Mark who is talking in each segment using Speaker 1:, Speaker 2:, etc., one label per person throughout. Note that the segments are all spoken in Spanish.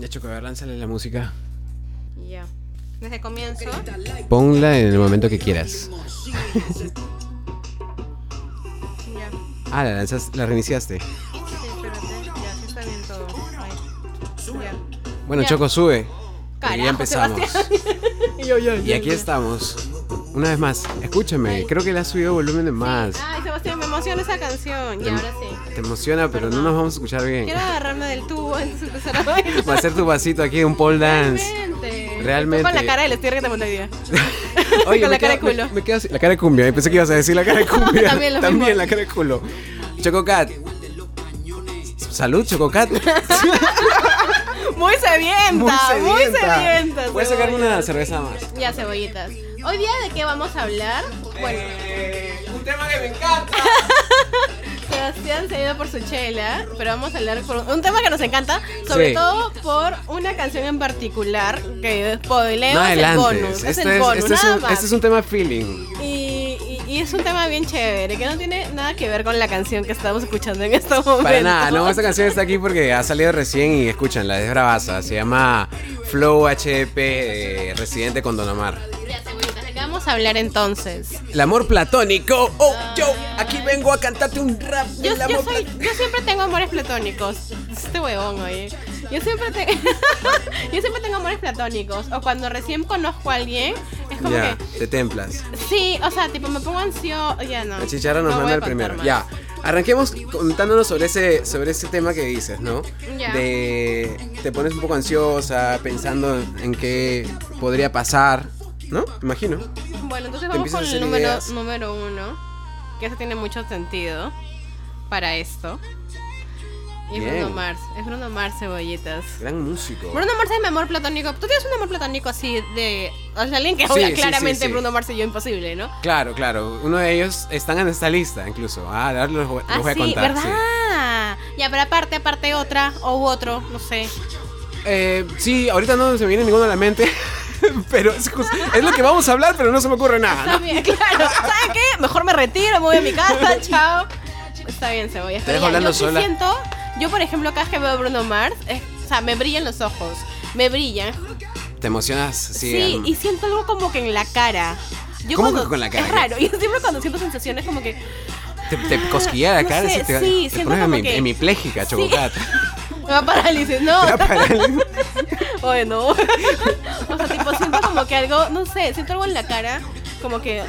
Speaker 1: Ya, Choco, a ver, lánzale la música.
Speaker 2: Ya. Desde el comienzo.
Speaker 1: Ponla en el momento que quieras.
Speaker 2: Ya.
Speaker 1: Ah, la lanzas, la reiniciaste.
Speaker 2: Sí, espérate. Ya, sí está bien todo. Ahí. Ya.
Speaker 1: Bueno,
Speaker 2: Ya.
Speaker 1: Choco, sube. y
Speaker 2: Carajo,
Speaker 1: ya empezamos.
Speaker 2: Y yo, yo,
Speaker 1: Y aquí estamos. Una vez más, escúchame, creo que le has subido volumen de más. Em-
Speaker 2: Ay, Sebastián, me emociona esa canción. Y ahora sí.
Speaker 1: Te emociona, pero no nos vamos a escuchar bien.
Speaker 2: Quiero agarrarme del tubo antes de empezar a bailar.
Speaker 1: Va a ser tu vasito aquí de un pole dance.
Speaker 2: Realmente.
Speaker 1: Realmente.
Speaker 2: Con la cara del estirre que te monté
Speaker 1: me
Speaker 2: hoy día. Con la
Speaker 1: quedo-
Speaker 2: cara de culo.
Speaker 1: Me, me quedo así- la cara de cumbia. eh, Pensé que ibas a decir la cara de cumbia.
Speaker 2: También lo mismo.
Speaker 1: la cara de culo. Chococat. Salud, Chococat.
Speaker 2: Muy sedienta, muy sedienta.
Speaker 1: Voy a sacarme
Speaker 2: cebolla.
Speaker 1: una cerveza Eh, más.
Speaker 2: Ya, cebollitas. Hoy día de qué vamos a hablar? Bueno,
Speaker 1: un tema que me encanta.
Speaker 2: Sebastián se ha ido por su chela, pero vamos a hablar por un tema que nos encanta, sobre
Speaker 1: Sí.
Speaker 2: todo por una canción en particular que spoileo
Speaker 1: No
Speaker 2: es el
Speaker 1: adelante.
Speaker 2: bonus.
Speaker 1: Este
Speaker 2: Es
Speaker 1: es,
Speaker 2: el bonus,
Speaker 1: este es
Speaker 2: nada
Speaker 1: un,
Speaker 2: más.
Speaker 1: este es un tema feeling.
Speaker 2: Y, y- y es un tema bien chévere, que no tiene nada que ver con la canción que estamos escuchando en este momento.
Speaker 1: Para nada, no, esta canción está aquí porque ha salido recién y escúchanla, es bravaza. Se llama Flow HDP de Residente con Don Omar.
Speaker 2: Ya, cebollitas, ¿de qué vamos a hablar entonces?
Speaker 1: El amor platónico. Oh, yo, aquí vengo a cantarte un rap.
Speaker 2: Yo,
Speaker 1: del
Speaker 2: yo,
Speaker 1: amor
Speaker 2: soy,
Speaker 1: platónico.
Speaker 2: yo siempre tengo amores platónicos. Este huevón, oye. Yo siempre, te- yo siempre tengo amores platónicos. O cuando recién conozco a alguien, es como
Speaker 1: Ya,
Speaker 2: que.
Speaker 1: te templas.
Speaker 2: Sí, o sea, tipo, me pongo ansioso. Ya no.
Speaker 1: La chicharra nos
Speaker 2: Ah, No voy
Speaker 1: manda
Speaker 2: a
Speaker 1: el
Speaker 2: contar
Speaker 1: primero.
Speaker 2: más.
Speaker 1: Ya. Arranquemos contándonos sobre ese, sobre ese tema que dices, ¿no?
Speaker 2: Ya.
Speaker 1: De te pones un poco ansiosa, pensando en qué podría pasar, ¿no? Imagino.
Speaker 2: Bueno, entonces
Speaker 1: Te
Speaker 2: vamos
Speaker 1: empiezan
Speaker 2: con
Speaker 1: a
Speaker 2: el
Speaker 1: hacer
Speaker 2: número,
Speaker 1: ideas.
Speaker 2: número uno. Que eso tiene mucho sentido para esto. Y
Speaker 1: Bien.
Speaker 2: Bruno Mars. Es Bruno Mars, cebollitas.
Speaker 1: Gran músico.
Speaker 2: Bruno Mars es mi amor platónico. Tú tienes un amor platónico así de. O sea, alguien que
Speaker 1: Sí,
Speaker 2: odia,
Speaker 1: sí, sí,
Speaker 2: claramente
Speaker 1: sí.
Speaker 2: Bruno Mars y yo imposible, ¿no?
Speaker 1: Claro, claro. Uno de ellos están en esta lista, incluso. Ah, ahora los, voy- los
Speaker 2: Ah,
Speaker 1: voy a
Speaker 2: sí,
Speaker 1: contar. sí.
Speaker 2: ¿verdad? Ya, pero aparte, aparte otra o u otro, no sé.
Speaker 1: Eh, sí, ahorita no se me viene ninguno a la mente. Pero es, jus- es lo que vamos a hablar, pero no se me ocurre nada.
Speaker 2: Está
Speaker 1: Ah, ¿no?
Speaker 2: bien, claro. ¿Sabes qué? Mejor me retiro, me voy a mi casa, chao. Está bien, cebolla. Pero
Speaker 1: dejo
Speaker 2: ya,
Speaker 1: hablando
Speaker 2: yo sí
Speaker 1: sola.
Speaker 2: siento, yo por ejemplo, cada vez que veo a Bruno Mars, es- o sea, me brillan los ojos, me brillan.
Speaker 1: Te emocionas, sí.
Speaker 2: Sí,
Speaker 1: em,
Speaker 2: y siento algo como que en la cara. Yo
Speaker 1: ¿Cómo que
Speaker 2: cuando-
Speaker 1: con la cara?
Speaker 2: Es raro. Yo siempre cuando siento sensaciones como que.
Speaker 1: te, te cosquilla la
Speaker 2: No
Speaker 1: cara. se
Speaker 2: sé,
Speaker 1: te,
Speaker 2: sí,
Speaker 1: te
Speaker 2: siento
Speaker 1: pones
Speaker 2: como
Speaker 1: hemi-
Speaker 2: que-
Speaker 1: hemipléjica, chococat.
Speaker 2: Me da parálisis, no.
Speaker 1: Te da parálisis.
Speaker 2: Oye, no. o sea, tipo, siento como que algo, no sé, siento algo en la cara, como que...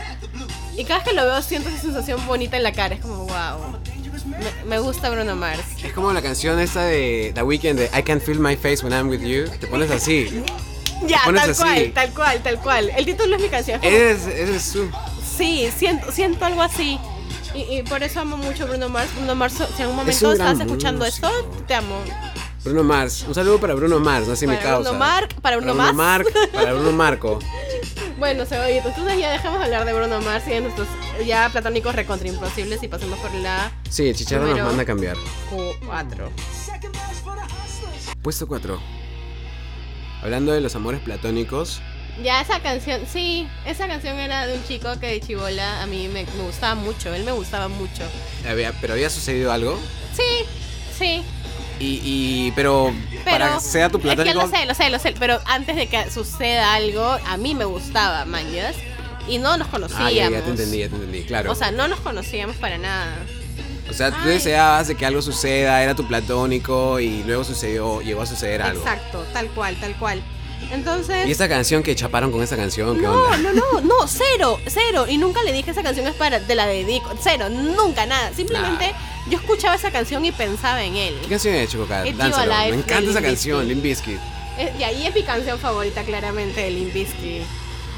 Speaker 2: Y cada vez que lo veo siento esa sensación bonita en la cara, es como, wow. Me, me gusta Bruno Mars.
Speaker 1: Es como la canción esta de The Weeknd de I can feel my face when I'm with you. Te pones así.
Speaker 2: Ya,
Speaker 1: pones
Speaker 2: tal
Speaker 1: así. Eh.
Speaker 2: cual, tal cual, tal cual. El título es mi canción. es como-
Speaker 1: Eres, eres tú.
Speaker 2: Sí, siento, siento algo así. Y, y por eso amo mucho Bruno Mars. Bruno Mars, si en un momento
Speaker 1: un
Speaker 2: estás
Speaker 1: gran
Speaker 2: escuchando esto,
Speaker 1: músico.
Speaker 2: te amo.
Speaker 1: Bruno Mars. Un saludo para Bruno Mars, no sé mi
Speaker 2: Para
Speaker 1: causa.
Speaker 2: Bruno Mar- para Bruno Mars.
Speaker 1: Marc, para Bruno Marco.
Speaker 2: Bueno, Cebollito, entonces ya dejamos de hablar de Bruno Mars y de nuestros ya platónicos recontra imposibles y pasemos por la
Speaker 1: Sí, el chicharro nos
Speaker 2: Número-
Speaker 1: manda a cambiar.
Speaker 2: 4.
Speaker 1: Puesto 4. Hablando de los amores platónicos.
Speaker 2: Ya esa canción, sí, esa canción era de un chico que de chivola a mí me, me gustaba mucho, él me gustaba mucho.
Speaker 1: había- pero había sucedido algo.
Speaker 2: Sí, sí,
Speaker 1: Y, y- pero,
Speaker 2: pero...
Speaker 1: para que sea tu
Speaker 2: Es que
Speaker 1: platónico.
Speaker 2: lo sé, lo sé, lo sé, pero antes de que suceda algo, a mí me gustaba, mañas, y no nos conocíamos.
Speaker 1: ah, ya, ya te entendí, ya te entendí, claro.
Speaker 2: O sea, no nos conocíamos para nada.
Speaker 1: O sea, tú
Speaker 2: Ay.
Speaker 1: deseabas de que algo suceda, era tu platónico y luego sucedió, llegó a suceder algo.
Speaker 2: Exacto, tal cual, tal cual. Entonces...
Speaker 1: Y esta canción que chaparon con esta canción, ¿qué
Speaker 2: No,
Speaker 1: onda?
Speaker 2: no, no, no, cero, cero. Y nunca le dije esa canción es para, te la dedico. Cero, nunca, nada. Simplemente yo escuchaba esa canción y pensaba en él.
Speaker 1: ¿Qué canción es, Chococat?
Speaker 2: It's You
Speaker 1: Dánzalo. Me
Speaker 2: Alive de
Speaker 1: encanta esa
Speaker 2: Limp
Speaker 1: canción,
Speaker 2: Bizkit.
Speaker 1: Limp Bizkit.
Speaker 2: Eh, Y ahí es mi canción favorita, claramente, de Limp Bizkit.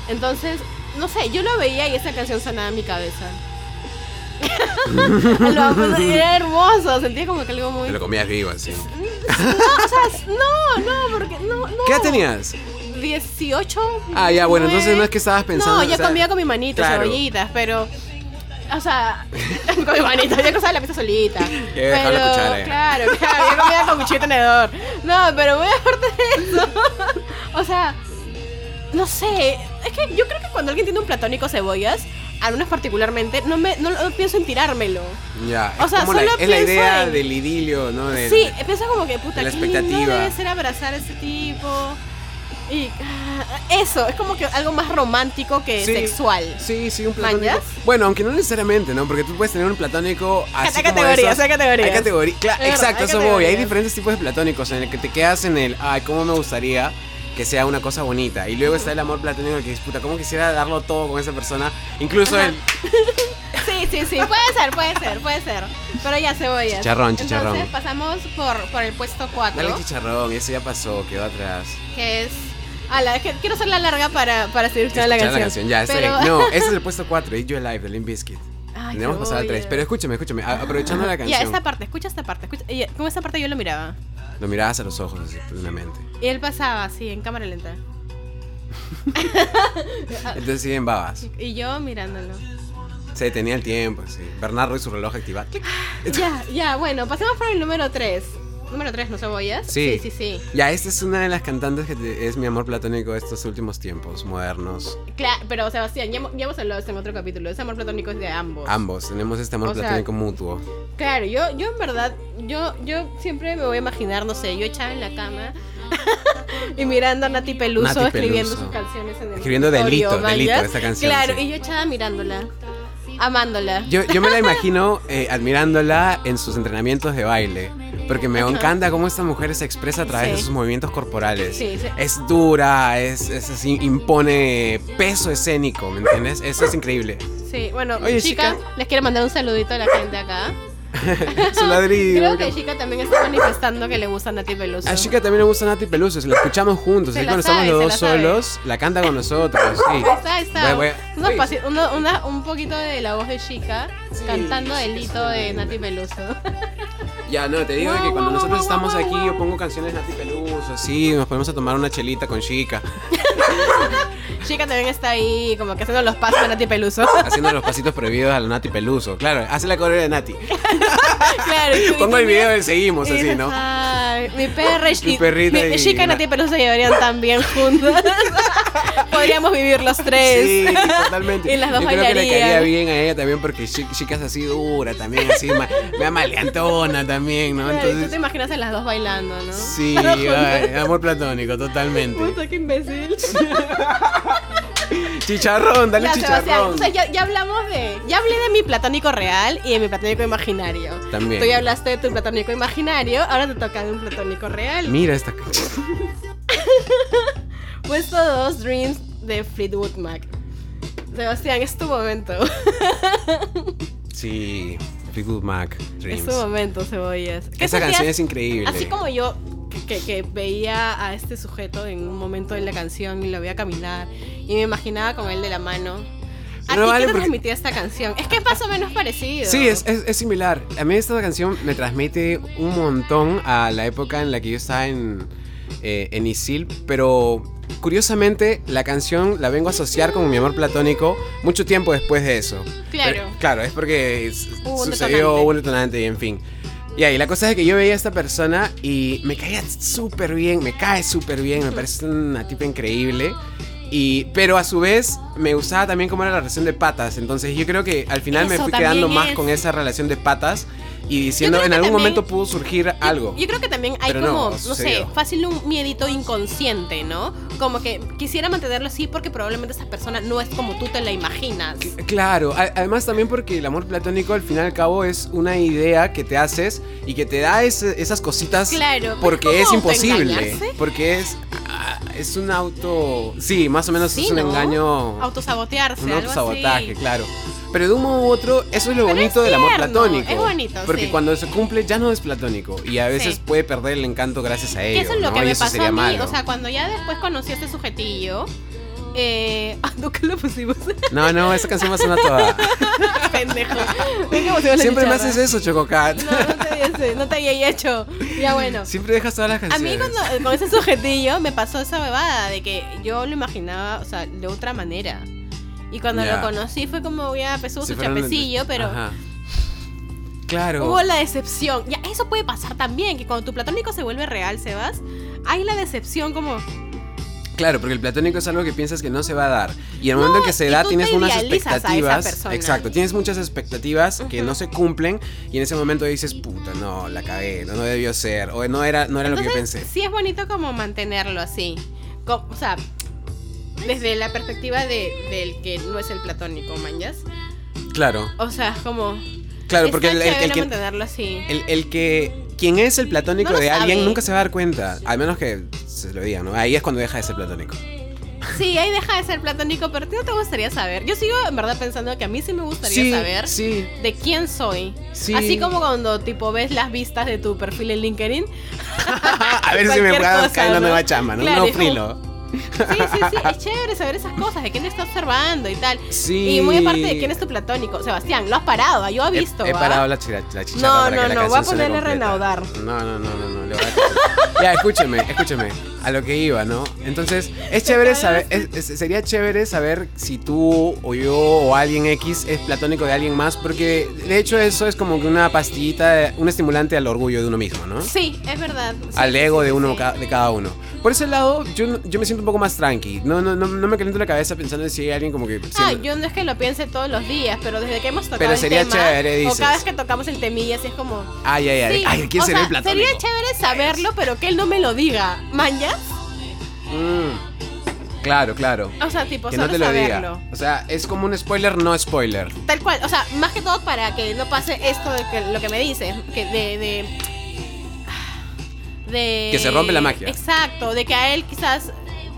Speaker 2: Entonces, no sé, yo lo veía y esa canción sonaba en mi cabeza. Lo amo, era hermoso, sentía como que algo muy.
Speaker 1: Te lo comías vivo, así.
Speaker 2: No, o sea, no, no, porque no, no.
Speaker 1: ¿Qué edad tenías?
Speaker 2: 18.
Speaker 1: Ah, ya, bueno, entonces
Speaker 2: 19.
Speaker 1: no es que estabas pensando,
Speaker 2: No,
Speaker 1: o
Speaker 2: yo
Speaker 1: sea,
Speaker 2: comía con mi manita,
Speaker 1: claro.
Speaker 2: cebollitas, pero. O sea, con mi manita, yo cruzaba la mesa solita.
Speaker 1: Yo había dejado la cuchara, ya.
Speaker 2: Claro, claro, yo comía con cuchillo y tenedor. No, pero voy a aparte de eso. O sea, no sé. Es que yo creo que cuando alguien tiene un platónico cebollas, al menos particularmente, no, me, no, no pienso en tirármelo.
Speaker 1: Ya,
Speaker 2: O
Speaker 1: es
Speaker 2: sea,
Speaker 1: como la,
Speaker 2: solo
Speaker 1: es la
Speaker 2: pienso
Speaker 1: idea
Speaker 2: en-
Speaker 1: del idilio, ¿no? Del-
Speaker 2: Sí, pienso como que puta,
Speaker 1: la
Speaker 2: qué lindo
Speaker 1: expectativa.
Speaker 2: debe ser abrazar a ese tipo. Y ah, eso, es como que algo más romántico que
Speaker 1: Sí,
Speaker 2: sexual.
Speaker 1: Sí, sí, un platónico.
Speaker 2: ¿Manjas?
Speaker 1: Bueno, aunque no necesariamente, ¿no? Porque tú puedes tener un platónico así
Speaker 2: hay
Speaker 1: como
Speaker 2: categorías,
Speaker 1: esos-
Speaker 2: hay categorías.
Speaker 1: Hay categoría,
Speaker 2: Es
Speaker 1: claro,
Speaker 2: verdad,
Speaker 1: exacto,
Speaker 2: hay
Speaker 1: eso voy. Hay
Speaker 2: categorías.
Speaker 1: diferentes tipos de platónicos en el que te quedas en el, ay, cómo me gustaría que sea una cosa bonita. Y luego está el amor platónico que disputa, cómo quisiera darlo todo con esa persona. Incluso
Speaker 2: Ajá.
Speaker 1: el
Speaker 2: Sí, sí, sí, puede ser, puede ser, puede ser. Pero ya se voy.
Speaker 1: Chicharrón, chicharrón.
Speaker 2: Entonces pasamos por, por el puesto
Speaker 1: dale
Speaker 2: 4,
Speaker 1: chicharrón, eso ya pasó, quedó atrás.
Speaker 2: que es... Ala, es que quiero hacer la larga para, para seguir escuchando la
Speaker 1: Escuchar
Speaker 2: canción.
Speaker 1: Ya, está
Speaker 2: Pero-
Speaker 1: bien. No, ese es el puesto 4, Eat You Alive de Limp Bizkit.
Speaker 2: Ay,
Speaker 1: Tenemos
Speaker 2: qué
Speaker 1: que pasar al 3.
Speaker 2: obvio.
Speaker 1: Pero escúchame, escúchame, a- aprovechando la
Speaker 2: Ya,
Speaker 1: canción.
Speaker 2: esta parte, escucha esta parte. Escucha, y- como esta parte yo lo miraba.
Speaker 1: Lo mirabas a los ojos así, plenamente.
Speaker 2: Y él pasaba así, en cámara lenta. Ah.
Speaker 1: Entonces siguen babas.
Speaker 2: Y yo mirándolo.
Speaker 1: Se detenía el tiempo, sí. Bernardo y su reloj activado. Clic.
Speaker 2: Ya, ya, bueno, pasemos por el número 3. Número 3, ¿no cebollas?
Speaker 1: Sí.
Speaker 2: Sí, sí,
Speaker 1: Ya, esta es una de las cantantes que te- es mi amor platónico de estos últimos tiempos, modernos.
Speaker 2: sí. Cla- pero Sebastián, ya, hemos- ya hemos hablado de esto en otro capítulo. Ese amor platónico es de ambos.
Speaker 1: Ambos tenemos este amor
Speaker 2: O sea-
Speaker 1: platónico mutuo.
Speaker 2: Claro, yo, yo en verdad, yo, yo siempre me voy a imaginar, no sé, yo echada en la cama y mirando a Nati Peluso
Speaker 1: Nati
Speaker 2: escribiendo
Speaker 1: Peluso.
Speaker 2: sus canciones en el
Speaker 1: Escribiendo delito,
Speaker 2: escritorio,
Speaker 1: delito,
Speaker 2: ¿mayas?
Speaker 1: esa canción,
Speaker 2: Claro,
Speaker 1: sí.
Speaker 2: y yo echada mirándola, amándola.
Speaker 1: Yo, yo me la imagino eh, admirándola en sus entrenamientos de baile. Porque me
Speaker 2: Ajá.
Speaker 1: encanta cómo esta mujer se expresa a través de
Speaker 2: Sí.
Speaker 1: sus movimientos corporales.
Speaker 2: Sí, sí.
Speaker 1: Es dura, es, es así, impone peso escénico, ¿me entiendes? Eso es increíble.
Speaker 2: Sí, bueno,
Speaker 1: Oye,
Speaker 2: chica,
Speaker 1: chica.
Speaker 2: les quiero mandar un saludito a la gente acá.
Speaker 1: Su ladrillo.
Speaker 2: Creo que Chica también está manifestando que le gusta Nati Peluso.
Speaker 1: A Chica también le gusta Nati Peluso, se la escuchamos juntos,
Speaker 2: Se
Speaker 1: así
Speaker 2: la
Speaker 1: cuando estamos
Speaker 2: sabe,
Speaker 1: los
Speaker 2: se
Speaker 1: dos
Speaker 2: la sabe.
Speaker 1: solos, la canta con nosotros, sí.
Speaker 2: Ahí Está, ahí está.
Speaker 1: Voy- voy-
Speaker 2: Unos
Speaker 1: Oye,
Speaker 2: pasi- uno- una- un poquito de la voz de Chica
Speaker 1: Sí,
Speaker 2: cantando
Speaker 1: sí,
Speaker 2: el
Speaker 1: sí,
Speaker 2: hito
Speaker 1: sí.
Speaker 2: de Nati Peluso.
Speaker 1: Ya, no, te digo que cuando nosotros estamos aquí yo pongo canciones Nati Peluso, sí, nos ponemos a tomar una chelita con Chica,
Speaker 2: Chica también está ahí como que haciendo los pasos de Nati Peluso.
Speaker 1: haciendo los pasitos prohibidos a la Nati Peluso. Claro, hace la coreo de Nati.
Speaker 2: claro. y-
Speaker 1: Pongo
Speaker 2: y-
Speaker 1: el video y seguimos,
Speaker 2: y
Speaker 1: así,
Speaker 2: dices,
Speaker 1: ¿no?
Speaker 2: "Ay, mi perra y
Speaker 1: Mi perrita
Speaker 2: mi-
Speaker 1: y-
Speaker 2: Chica y Nati Peluso se llevarían tan bien juntas. Podríamos vivir los tres.
Speaker 1: Sí, totalmente.
Speaker 2: Y las dos
Speaker 1: Yo creo que le
Speaker 2: bailarían.
Speaker 1: caería bien a ella también porque Chi- Chica es así dura también, así, ma- mea maleantona también, ¿no?
Speaker 2: Claro, y Tú te
Speaker 1: Entonces,
Speaker 2: imaginas a las dos bailando, ¿no?
Speaker 1: sí, ay, amor platónico, totalmente.
Speaker 2: Puta, qué imbécil.
Speaker 1: Chicharrón, dale
Speaker 2: Ya, Sebastián,
Speaker 1: chicharrón.
Speaker 2: entonces ya, ya hablamos de. Ya hablé de mi platónico real y de mi platónico imaginario.
Speaker 1: También.
Speaker 2: Tú ya hablaste de tu platónico imaginario, ahora te toca de un platónico real.
Speaker 1: Mira esta canción.
Speaker 2: Puesto 2, Dreams de Fleetwood Mac. Sebastián, es tu momento.
Speaker 1: Sí, Fleetwood Mac, Dreams.
Speaker 2: Es tu momento, cebollas. ¿Qué
Speaker 1: Esa
Speaker 2: sentías?
Speaker 1: canción es increíble.
Speaker 2: Así como yo que, que veía a este sujeto en un momento de la canción y lo veía caminar y me imaginaba con él de la mano. ¿A
Speaker 1: Pero vale,
Speaker 2: ti qué te
Speaker 1: porque-
Speaker 2: transmitía esta canción? Es que es más o menos parecido.
Speaker 1: Sí, es, es- es similar. A mí esta canción me transmite un montón a la época en la que yo estaba en, eh, en Isil, pero curiosamente la canción la vengo a asociar con mi amor platónico mucho tiempo después de eso.
Speaker 2: Claro.
Speaker 1: Pero, claro, es porque s-
Speaker 2: Hubo un
Speaker 1: sucedió
Speaker 2: detonante.
Speaker 1: un detonante y en fin. Y ahí la cosa es que yo veía a esta persona y me caía súper bien, me cae súper bien, me parece una tipa increíble. Y, pero a su vez me gustaba también cómo era la relación de patas. Entonces yo creo que al final me
Speaker 2: Eso
Speaker 1: fui quedando
Speaker 2: también
Speaker 1: más
Speaker 2: es.
Speaker 1: con esa relación de patas y diciendo
Speaker 2: creo
Speaker 1: en
Speaker 2: que
Speaker 1: algún
Speaker 2: también-
Speaker 1: momento pudo surgir algo.
Speaker 2: Yo creo que también hay
Speaker 1: Pero no,
Speaker 2: como, no, sé,
Speaker 1: sucedió.
Speaker 2: fácil un miedito inconsciente, ¿no? Como que quisiera mantenerlo así porque probablemente esa persona no es como tú te la imaginas.
Speaker 1: Claro, a- además también porque el amor platónico al final y al cabo es una idea que te haces y que te da ese- esas cositas
Speaker 2: Claro, pero
Speaker 1: porque
Speaker 2: es
Speaker 1: es
Speaker 2: como
Speaker 1: imposible,
Speaker 2: autoengañarse.
Speaker 1: porque es ah, es un auto, sí, más o menos
Speaker 2: Sí,
Speaker 1: es un
Speaker 2: ¿no?
Speaker 1: engaño,
Speaker 2: Autosabotearse,
Speaker 1: un
Speaker 2: algo
Speaker 1: autosabotaje,
Speaker 2: así.
Speaker 1: claro. Pero de un modo u otro, eso es lo
Speaker 2: Pero es
Speaker 1: bonito del amor
Speaker 2: tierno,
Speaker 1: platónico.
Speaker 2: es bonito,
Speaker 1: Porque
Speaker 2: sí.
Speaker 1: cuando se cumple ya no es platónico y a veces
Speaker 2: Sí.
Speaker 1: puede perder el encanto gracias a ello.
Speaker 2: Que eso es lo
Speaker 1: ¿no?
Speaker 2: que
Speaker 1: Y
Speaker 2: me
Speaker 1: eso
Speaker 2: pasó
Speaker 1: sería
Speaker 2: a mí.
Speaker 1: malo.
Speaker 2: O sea, cuando ya después conocí a este sujetillo. Eh, ah, no, ¿qué lo pusimos?
Speaker 1: No, no, esa canción me suena toda.
Speaker 2: Pendejo. Ven que pusimos la
Speaker 1: Siempre me
Speaker 2: chicharra.
Speaker 1: haces eso, Chococat.
Speaker 2: No, no te, había- no te había hecho. Ya bueno.
Speaker 1: Siempre dejas todas las
Speaker 2: A
Speaker 1: canciones.
Speaker 2: mí cuando, con ese sujetillo me pasó esa bebada de que yo lo imaginaba, o sea, de otra manera. Y cuando
Speaker 1: Ya.
Speaker 2: lo conocí fue como, ya, pesó
Speaker 1: Si
Speaker 2: su
Speaker 1: fueron-
Speaker 2: chapecillo, pero
Speaker 1: Ajá. Claro.
Speaker 2: hubo la decepción. Ya, eso puede pasar también, que cuando tu platónico se vuelve real, Sebas, hay la decepción como,
Speaker 1: Claro, porque el platónico es algo que piensas que no se va a dar. Y al momento en que se
Speaker 2: y
Speaker 1: da,
Speaker 2: tú
Speaker 1: tienes
Speaker 2: te
Speaker 1: unas
Speaker 2: idealizas a esa
Speaker 1: expectativas.
Speaker 2: persona.
Speaker 1: Exacto, tienes muchas expectativas que no se cumplen. Y en ese momento dices, puta, no, la cagué, no, no debió ser. O no era, no era lo que yo pensé.
Speaker 2: Sí es bonito como mantenerlo así. Co- o sea, desde la perspectiva de, del que no es el platónico, manjas.
Speaker 1: Claro,
Speaker 2: O sea, como...
Speaker 1: claro, porque el,
Speaker 2: está
Speaker 1: el- el
Speaker 2: chévere
Speaker 1: que,
Speaker 2: mantenerlo así.
Speaker 1: el- el que- Quien es el platónico
Speaker 2: No lo
Speaker 1: de alguien
Speaker 2: sabe.
Speaker 1: nunca se va a dar cuenta. Al menos que se lo digan, ¿no? Ahí es cuando deja de ser platónico.
Speaker 2: Sí, ahí deja de ser platónico, pero ¿a ti no te gustaría saber. Yo sigo en verdad pensando que a mí sí me gustaría
Speaker 1: sí,
Speaker 2: saber
Speaker 1: sí,
Speaker 2: de quién soy.
Speaker 1: sí.
Speaker 2: Así como cuando tipo ves las vistas de tu perfil en LinkedIn.
Speaker 1: a ver si me
Speaker 2: cualquier
Speaker 1: puedo
Speaker 2: cosa,
Speaker 1: caer una
Speaker 2: ¿no?
Speaker 1: nueva chama, ¿no?
Speaker 2: Claro,
Speaker 1: Un
Speaker 2: es como-
Speaker 1: frilo.
Speaker 2: Sí, sí, sí, es chévere saber esas cosas, de quién está observando y tal.
Speaker 1: Sí.
Speaker 2: Y muy aparte de quién es tu platónico. Sebastián, lo has parado, ah, yo he
Speaker 1: He-
Speaker 2: visto.
Speaker 1: He,
Speaker 2: ¿ah?
Speaker 1: parado la, chira- la chicharra
Speaker 2: No,
Speaker 1: para
Speaker 2: no,
Speaker 1: que la
Speaker 2: no, voy a
Speaker 1: canción suene
Speaker 2: ponerle
Speaker 1: completa.
Speaker 2: renaudar.
Speaker 1: No, no, no, no, no, le voy a- Ya, escúcheme, escúcheme. A lo que iba, ¿no? Entonces, es chévere saber, es- es- sería chévere saber si tú o yo o alguien X es platónico de alguien más, porque de hecho eso es como que una pastillita, un estimulante al orgullo de uno mismo, ¿no?
Speaker 2: Sí, es verdad. Sí,
Speaker 1: al ego de uno
Speaker 2: sí.
Speaker 1: ca- de cada uno. Por ese lado, yo, no- yo me siento un poco más tranqui. No, no, no, no me caliento la cabeza pensando en si hay alguien como que.
Speaker 2: Ah,
Speaker 1: siendo-
Speaker 2: yo no es que lo piense todos los días, pero desde que hemos tocado
Speaker 1: Pero
Speaker 2: el
Speaker 1: sería
Speaker 2: tema,
Speaker 1: chévere,
Speaker 2: o
Speaker 1: dices.
Speaker 2: cada vez que tocamos el temilla, así es como...
Speaker 1: Ay, ay, ay.
Speaker 2: sí,
Speaker 1: ay ¿Quién
Speaker 2: o
Speaker 1: será
Speaker 2: sea,
Speaker 1: el platónico?
Speaker 2: Sería chévere saberlo, pero que él no me lo diga. ¿Mañas?
Speaker 1: Mm. Claro, claro.
Speaker 2: O sea, tipo,
Speaker 1: Que
Speaker 2: solo
Speaker 1: no te lo
Speaker 2: saberlo.
Speaker 1: diga. O sea, es como un spoiler, no spoiler.
Speaker 2: Tal cual, o sea, más que todo para que no pase esto de que, lo que me dices, que de, de, de-
Speaker 1: Que se rompe la magia.
Speaker 2: Exacto, de que a él quizás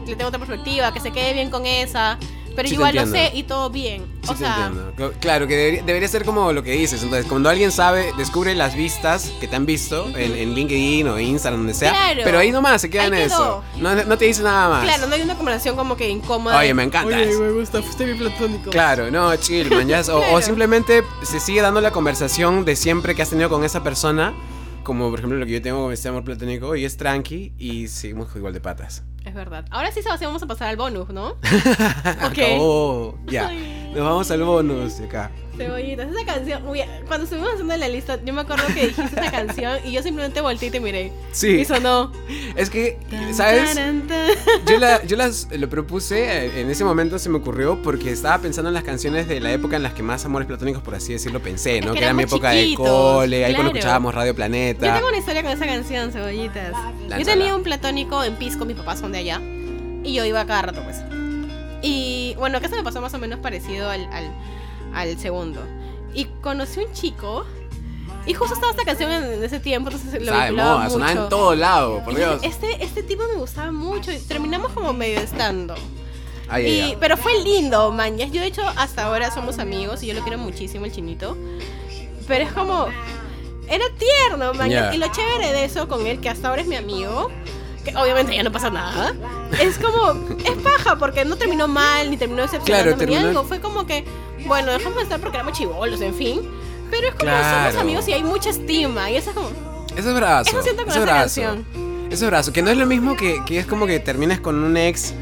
Speaker 2: le tengo otra perspectiva, que se quede bien con esa, pero
Speaker 1: Sí te
Speaker 2: yo igual lo sé
Speaker 1: entiendo.
Speaker 2: y todo bien.
Speaker 1: Sí
Speaker 2: o
Speaker 1: te
Speaker 2: sea,
Speaker 1: entiendo. Co- Claro, que debería, debería ser como lo que dices. Entonces, cuando alguien sabe, descubre las vistas que te han visto en, en LinkedIn o Instagram, donde sea.
Speaker 2: Claro.
Speaker 1: Pero ahí nomás se queda en
Speaker 2: Ahí
Speaker 1: eso.
Speaker 2: quedó.
Speaker 1: No, no te dice nada más.
Speaker 2: claro, no hay una conversación como que incómoda.
Speaker 1: Oye,
Speaker 2: de-
Speaker 1: me encanta. eso.
Speaker 3: me gusta, fuiste mi platónico.
Speaker 1: Claro, no, chill, man, ya. O, o
Speaker 2: Claro.
Speaker 1: simplemente se sigue dando la conversación de siempre que has tenido con esa persona. Como por ejemplo lo que yo tengo con este amor platónico y es tranqui y seguimos igual de patas.
Speaker 2: Es verdad. Ahora sí, Sebastián, vamos a pasar al bonus, ¿no? Ok.
Speaker 1: Acabó. Ya.
Speaker 2: Ay.
Speaker 1: Nos vamos al bonus de acá.
Speaker 2: Cebollitas, esa canción, uy, cuando estuvimos haciendo la lista, yo me acuerdo que dijiste esa canción y yo simplemente volteé y te miré.
Speaker 1: Sí,
Speaker 2: Y sonó.
Speaker 1: es que, ¿sabes?
Speaker 2: Tan, tan, tan.
Speaker 1: Yo, la- yo las, lo propuse, eh, en ese momento se me ocurrió porque estaba pensando en las canciones de la época en las que más amores platónicos, por así decirlo, pensé, ¿no?
Speaker 2: que
Speaker 1: que era mi
Speaker 2: éramos
Speaker 1: época
Speaker 2: chiquitos,
Speaker 1: de cole, ahí cuando
Speaker 2: claro.
Speaker 1: escuchábamos Radio Planeta.
Speaker 2: Yo tengo una historia con esa canción, cebollitas. Yo tenía un platónico en Pisco, mis papás son de allá. Y yo iba cada rato, pues. Y bueno, que eso me pasó más o menos parecido al, al, al segundo. Y conocí un chico. Y justo estaba esta canción en, en ese tiempo, entonces lo
Speaker 1: Sabe,
Speaker 2: vinculaba
Speaker 1: moda, sonaba
Speaker 2: mucho.
Speaker 1: en todo lado,
Speaker 2: Y
Speaker 1: por
Speaker 2: dije,
Speaker 1: Dios.
Speaker 2: Este, este tipo me gustaba mucho. Y terminamos como medio estando.
Speaker 1: Ay, ay,
Speaker 2: Y-
Speaker 1: ay.
Speaker 2: pero fue lindo, man. Ya- Yo, de hecho, hasta ahora somos amigos y yo lo quiero muchísimo, el chinito. Pero es como. Era tierno, man.
Speaker 1: Ya.
Speaker 2: Y lo chévere de eso con él, que hasta ahora es mi amigo, que obviamente ya no pasa nada, es como. Es paja, porque no terminó mal, ni terminó decepcionándome
Speaker 1: Claro, terminó-
Speaker 2: ni algo. Fue como que. Bueno, dejamos de estar porque éramos chivolos, en fin. Pero es como
Speaker 1: Claro.
Speaker 2: somos amigos y hay mucha estima. Y eso es como.
Speaker 1: Eso es brazo.
Speaker 2: Eso siento con
Speaker 1: es
Speaker 2: esa
Speaker 1: brazo.
Speaker 2: canción.
Speaker 1: Eso es brazo. Que no es lo mismo que, que es como que terminas con un ex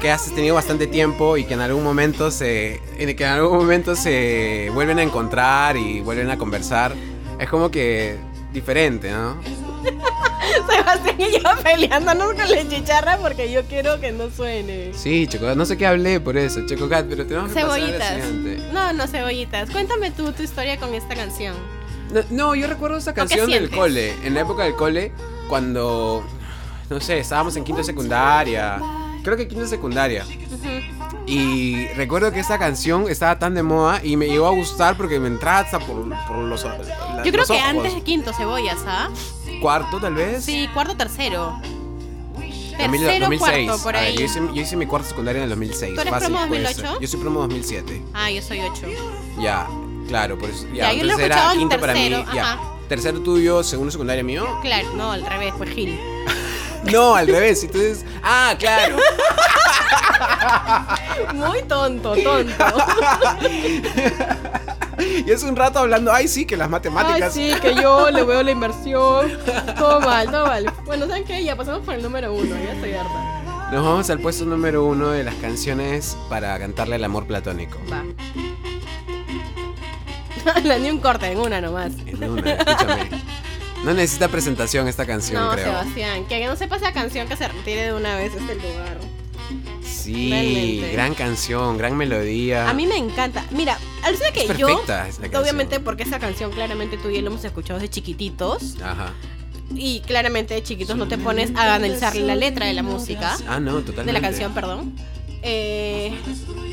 Speaker 1: que has tenido bastante tiempo y que en algún momento se. en- que en algún momento se vuelven a encontrar y vuelven a conversar. Es como que diferente, ¿no?
Speaker 2: Sebastián y yo peleándonos con la chicharra porque yo quiero que no suene.
Speaker 1: Sí, Chococat. No sé qué hablé por eso, Chococat, pero tenemos que pasar a
Speaker 2: Cebollitas.
Speaker 1: la siguiente.
Speaker 2: No, no, cebollitas. Cuéntame tú tu historia con esta canción.
Speaker 1: No, no, yo recuerdo esa
Speaker 2: qué
Speaker 1: canción del
Speaker 2: sientes?
Speaker 1: cole. En la época del cole, cuando. No sé, estábamos en quinto de secundaria. Creo que quinto de secundaria. Y recuerdo que esta canción estaba tan de moda y me llegó a gustar porque me entraba hasta por, por los. la-
Speaker 2: Yo creo
Speaker 1: los
Speaker 2: que
Speaker 1: ojos.
Speaker 2: antes de quinto cebollas, ¿ah?
Speaker 1: Cuarto, tal vez.
Speaker 2: Sí, cuarto, tercero.
Speaker 1: 2000
Speaker 2: Tercero,
Speaker 1: 2006.
Speaker 2: cuarto, por
Speaker 1: A ver, yo,
Speaker 2: ahí.
Speaker 1: hice, yo hice mi cuarto secundaria en el 2006.
Speaker 2: ¿Tú eres
Speaker 1: fácil,
Speaker 2: promo
Speaker 1: puede ser.
Speaker 2: 2008?
Speaker 1: Yo soy promo 2007.
Speaker 2: Ah, yo soy ocho.
Speaker 1: Ya, claro, por eso. Ya,
Speaker 2: Ya, yo lo
Speaker 1: entonces era
Speaker 2: escuchaba en
Speaker 1: quinto para mí.
Speaker 2: tercero,
Speaker 1: Ya.
Speaker 2: ajá.
Speaker 1: Tercero tuyo, segundo secundaria mío.
Speaker 2: Claro, no, al revés, fue Gil.
Speaker 1: No, al revés. Entonces. Ah, claro.
Speaker 2: Muy tonto, tonto.
Speaker 1: Y hace un rato hablando, ay sí, que las
Speaker 2: Ay,
Speaker 1: matemáticas.
Speaker 2: sí, que yo le veo la inversión. Todo mal, todo mal. Bueno, ¿saben qué? Ya pasamos por el número uno, ya estoy harta.
Speaker 1: Nos vamos al puesto número uno de las canciones para cantarle el amor platónico.
Speaker 2: Va. La ni un corte, en una nomás.
Speaker 1: En una, escúchame. No necesita presentación esta canción,
Speaker 2: No,
Speaker 1: creo.
Speaker 2: Sebastián, que no sepa esa canción que se retire de una vez este lugar.
Speaker 1: Sí,
Speaker 2: Realmente.
Speaker 1: gran canción, gran melodía.
Speaker 2: A mí me encanta. Mira, al ser que
Speaker 1: Ah. es
Speaker 2: yo,
Speaker 1: perfecta es la canción.
Speaker 2: obviamente porque esa canción claramente tú y yo lo hemos escuchado desde chiquititos
Speaker 1: Ajá.
Speaker 2: y claramente de chiquitos no te pones a analizar la letra de la música,
Speaker 1: Ah, no, totalmente.
Speaker 2: de la canción, perdón. Eh,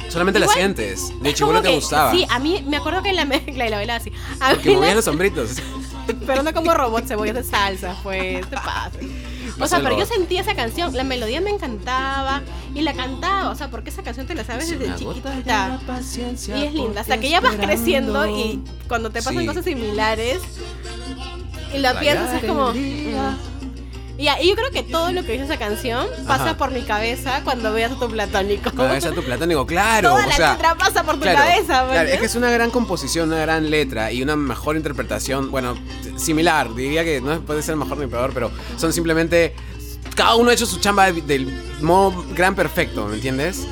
Speaker 1: Solamente la
Speaker 2: Igual,
Speaker 1: sientes. De
Speaker 2: es
Speaker 1: chibulo
Speaker 2: como
Speaker 1: te
Speaker 2: que-
Speaker 1: gustaba.
Speaker 2: Sí, a mí me acuerdo que en la mezcla y la bailaba así. A
Speaker 1: Porque
Speaker 2: mí
Speaker 1: movías
Speaker 2: la-
Speaker 1: los sombritos.
Speaker 2: pero no como robot cebollas de salsa, pues, te pasa. O
Speaker 1: Pasa
Speaker 2: sea,
Speaker 1: el
Speaker 2: pero yo
Speaker 1: robot.
Speaker 2: sentía esa canción, la melodía me encantaba y la cantaba, o sea, porque esa canción te la sabes desde chiquita. Y es linda, hasta que ya vas creciendo y cuando te pasan
Speaker 1: Sí.
Speaker 2: cosas similares y la
Speaker 1: Rayar
Speaker 2: piensas es como...
Speaker 1: el
Speaker 2: mm. Y ahí yo creo que todo lo que hizo esa canción pasa
Speaker 1: Ajá.
Speaker 2: por mi cabeza cuando veas a tu platónico.
Speaker 1: Cuando ves a tu platónico, claro.
Speaker 2: Toda
Speaker 1: o
Speaker 2: la
Speaker 1: sea,
Speaker 2: letra pasa por tu
Speaker 1: claro,
Speaker 2: cabeza, pues,
Speaker 1: claro,
Speaker 2: ¿me
Speaker 1: es que es una gran composición, una gran letra y una mejor interpretación. Bueno, similar, diría que no puede ser mejor ni peor, pero son simplemente. Cada uno ha hecho su chamba de- del modo gran perfecto, ¿me entiendes?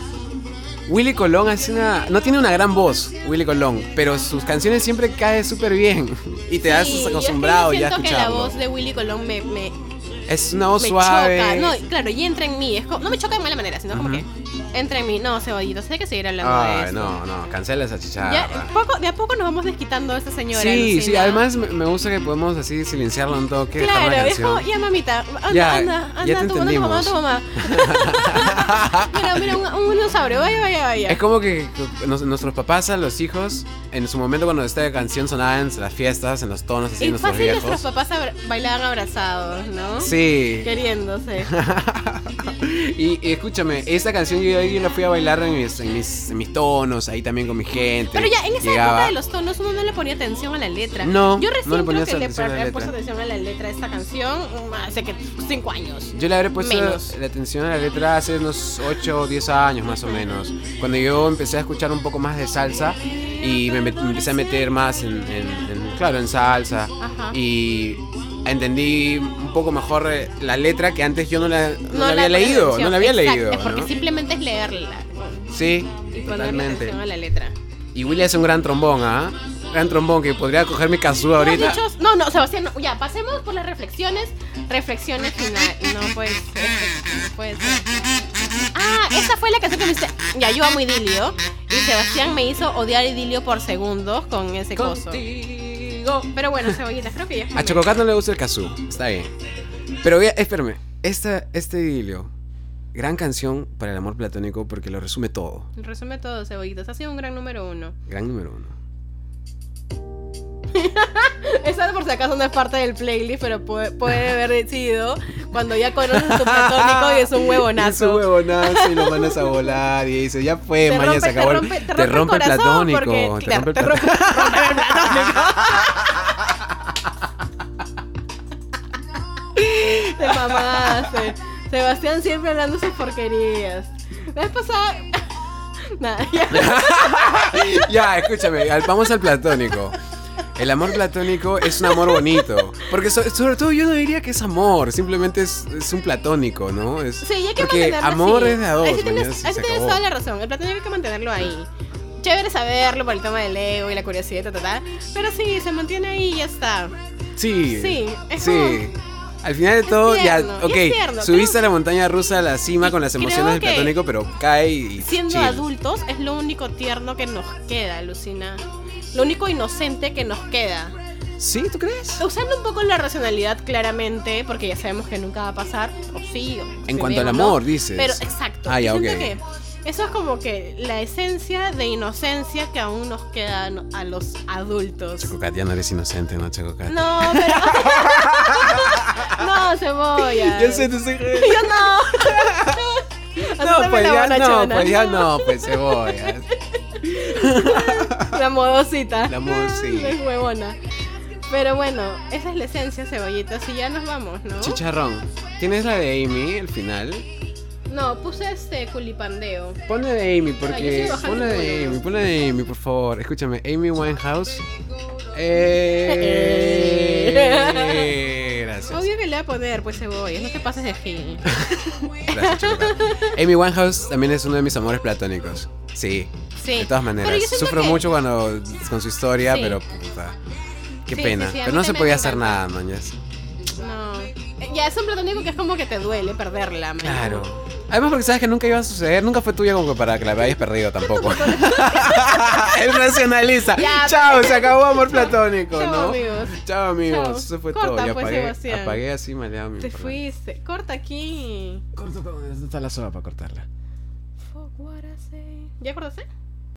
Speaker 1: Willy Colón hace una, no tiene una gran voz, Willy Colón, pero sus canciones siempre caen súper bien y te
Speaker 2: Sí,
Speaker 1: has
Speaker 2: yo es que yo
Speaker 1: acostumbrado ya a
Speaker 2: siento que la
Speaker 1: escucharlo.
Speaker 2: voz de Willy Colón me, me,
Speaker 1: Es una voz
Speaker 2: me
Speaker 1: suave.
Speaker 2: choca. No, claro, y entra en mí. Es como- no me choca de mala manera, sino como
Speaker 1: Ujú.
Speaker 2: que entra en mí. No, Cebollito, sé que seguir hablando de
Speaker 1: Ay,
Speaker 2: eso.
Speaker 1: no, no, cancela esa chicharra.
Speaker 2: Ya, poco, de a poco nos vamos desquitando a esta señora.
Speaker 1: Sí, sí,
Speaker 2: alucina.
Speaker 1: además me- me gusta que podemos así silenciarlo un toque. dejar la
Speaker 2: Claro, es
Speaker 1: canción.
Speaker 2: como, ya mamita, anda,
Speaker 1: Ya,
Speaker 2: anda,
Speaker 1: ya
Speaker 2: anda,
Speaker 1: te
Speaker 2: tu mamá, tu mamá, tu
Speaker 1: entendimos.
Speaker 2: mamá. mira, mira, un, un dinosaurio, vaya, vaya, vaya.
Speaker 1: Es como que nos- nuestros papás a los hijos, en su momento cuando esta canción sonaba en las fiestas, en los tonos, así,
Speaker 2: y
Speaker 1: nuestros
Speaker 2: fácil
Speaker 1: viejos.
Speaker 2: nuestros papás abra- bailaban abrazados, ¿no?
Speaker 1: Sí.
Speaker 2: Queriéndose.
Speaker 1: Y, y escúchame, esta canción yo, yo la fui a bailar en mis, en, mis, en mis tonos, ahí también con mi gente.
Speaker 2: Pero ya en esa
Speaker 1: Llegaba-
Speaker 2: época de los tonos uno no le ponía atención a la letra.
Speaker 1: No,
Speaker 2: Yo
Speaker 1: no
Speaker 2: recién
Speaker 1: le ponía
Speaker 2: creo que le
Speaker 1: atención a la
Speaker 2: había
Speaker 1: letra.
Speaker 2: puesto atención a la letra de esta canción mm, hace que cinco años.
Speaker 1: Yo le habré puesto
Speaker 2: Menos.
Speaker 1: la atención a la letra hace unos 8 o 10 años más o menos, cuando yo empecé a escuchar un poco más de salsa y me, met- me empecé a meter más en, en- en- claro, en salsa
Speaker 2: Ajá.
Speaker 1: y entendí un poco mejor eh, la letra que antes yo no la, no la había
Speaker 2: le pones
Speaker 1: leído,
Speaker 2: atención.
Speaker 1: no la había
Speaker 2: Exacto,
Speaker 1: leído.
Speaker 2: Es porque
Speaker 1: ¿no?
Speaker 2: simplemente es leerla
Speaker 1: Sí,
Speaker 2: y ponerle
Speaker 1: totalmente.
Speaker 2: atención a la letra.
Speaker 1: Y Willy es un gran trombón, ¿ah? Gran trombón que podría coger mi kazoo ahorita.
Speaker 2: No, dichos- no, no, Sebastián, no. ya, pasemos por las reflexiones. Reflexiones final. No puede ser, no puede ser. Ah, esa fue la canción que me hice. Ya, yo amo Idilio. Y Sebastián me hizo odiar Idilio por segundos con ese coso.
Speaker 1: Contigo.
Speaker 2: Pero bueno, cebollitas, creo que ya es
Speaker 1: A
Speaker 2: momento.
Speaker 1: Chococat no le gusta el kazoo, está bien. Pero vea, espérame, esta, este idilio, gran canción para el amor platónico porque lo resume todo.
Speaker 2: Resume todo, cebollitas. Ha sido un gran número uno.
Speaker 1: Gran número uno.
Speaker 2: Esa por si acaso no es parte del playlist, pero puede, puede haber sido cuando ya conoces tu platónico y es un
Speaker 1: Es un
Speaker 2: huevonazo.
Speaker 1: huevonazo y lo mandas a volar y dice, ya fue,
Speaker 2: Te
Speaker 1: mañana
Speaker 2: rompe-
Speaker 1: se
Speaker 2: te
Speaker 1: acabó. el-
Speaker 2: rompe- te
Speaker 1: te
Speaker 2: rompe el
Speaker 1: rompe el
Speaker 2: corazón
Speaker 1: platónico.
Speaker 2: porque-
Speaker 1: te
Speaker 2: claro,
Speaker 1: rompe el
Speaker 2: te
Speaker 1: pla-
Speaker 2: rompe- Te mamaste. Sebastián siempre hablando sus porquerías. La vez pasada. Nada, ya.
Speaker 1: Ya, escúchame, al- vamos al platónico. El amor platónico es un amor bonito. Porque so- sobre todo yo no diría que es amor, simplemente es, es un platónico, ¿no? Es,
Speaker 2: Sí, ya hay que
Speaker 1: porque
Speaker 2: mantenerlo
Speaker 1: amor
Speaker 2: así.
Speaker 1: es de a dos.
Speaker 2: Ahí sí tienes,
Speaker 1: mañana se
Speaker 2: ahí sí tienes
Speaker 1: acabó.
Speaker 2: toda la razón. El platónico hay que mantenerlo ahí. Chévere saberlo por el tema del ego y la curiosidad, ta, ta, ta. Pero sí, se mantiene ahí y ya está.
Speaker 1: Sí.
Speaker 2: Sí, es
Speaker 1: sí.
Speaker 2: como-
Speaker 1: Al final de
Speaker 2: es
Speaker 1: todo,
Speaker 2: tierno,
Speaker 1: ya, ok,
Speaker 2: y es tierno,
Speaker 1: subiste
Speaker 2: creo-
Speaker 1: a la montaña rusa a la cima con las
Speaker 2: creo
Speaker 1: emociones del
Speaker 2: que
Speaker 1: platónico, pero cae y
Speaker 2: Siendo
Speaker 1: chill.
Speaker 2: adultos es lo único tierno que nos queda, Lucina. Lo único inocente que nos queda.
Speaker 1: ¿Sí? ¿Tú crees?
Speaker 2: Usando un poco la racionalidad claramente, porque ya sabemos que nunca va a pasar, o sí, o
Speaker 1: En cuanto al
Speaker 2: esperemos, ¿no?
Speaker 1: amor, dices.
Speaker 2: Pero exacto.
Speaker 1: Ah, ya,
Speaker 2: yo
Speaker 1: ok.
Speaker 2: siento que eso es como que la esencia de inocencia que aún nos queda a no- a los adultos.
Speaker 1: Chococat, ya no eres inocente, ¿no, Chococat?
Speaker 2: No, pero. no, cebolla.
Speaker 1: Ya sé, te estoy jodiendo.
Speaker 2: Yo no. Así
Speaker 1: No,
Speaker 2: se me
Speaker 1: pues
Speaker 2: la
Speaker 1: ya
Speaker 2: bonachona.
Speaker 1: no, pues ya no, pues cebolla.
Speaker 2: La modosita.
Speaker 1: La modosita.
Speaker 2: Es huevona. Pero bueno, esa es la esencia, cebollitas. Y ya nos vamos, ¿no?
Speaker 1: Chicharrón, ¿tienes la de Amy, el final?
Speaker 2: No, puse este culipandeo.
Speaker 1: Ponla de Amy,
Speaker 2: Ay, yo
Speaker 1: porque...
Speaker 2: sigo bajando
Speaker 1: Ponla de
Speaker 2: el
Speaker 1: Amy,
Speaker 2: volumen.
Speaker 1: ponla de Amy, por favor. Escúchame, Amy Winehouse. Eh... Gracias.
Speaker 2: Obvio que le voy a poner, pues cebollas, no te pases de aquí.
Speaker 1: Gracias, Chococat. Amy Winehouse también es uno de mis amores platónicos. Sí,
Speaker 2: Sí.
Speaker 1: de todas maneras.
Speaker 2: Pero yo siento
Speaker 1: Sufro
Speaker 2: que-
Speaker 1: mucho cuando con su historia,
Speaker 2: Sí.
Speaker 1: pero puta, Qué
Speaker 2: Sí,
Speaker 1: pena.
Speaker 2: sí, sí, a
Speaker 1: pero
Speaker 2: mí
Speaker 1: no se
Speaker 2: también
Speaker 1: podía
Speaker 2: me
Speaker 1: hacer
Speaker 2: encanta.
Speaker 1: nada, mañas.
Speaker 2: No. Eh, Ya es un platónico que es como que te duele perderla. man.
Speaker 1: Claro. Además porque sabes que nunca iba a suceder, nunca fue tuya como que para que la hayas perdido tampoco. es racionalista.
Speaker 3: Ya,
Speaker 1: Chao, se acabó amor platónico,
Speaker 3: Chao,
Speaker 1: ¿no?
Speaker 3: amigos.
Speaker 1: Chao amigos,
Speaker 3: Chao.
Speaker 1: eso fue
Speaker 3: Corta,
Speaker 1: todo. Ya
Speaker 3: pues,
Speaker 1: apagué,
Speaker 3: Sebastián.
Speaker 1: apagué así maleado mi
Speaker 3: Te
Speaker 1: perdón.
Speaker 3: fuiste. Corta aquí.
Speaker 1: Corto, corto, ¿dónde está la soga para cortarla?
Speaker 3: Fuck what I say. ¿Ya cortaste?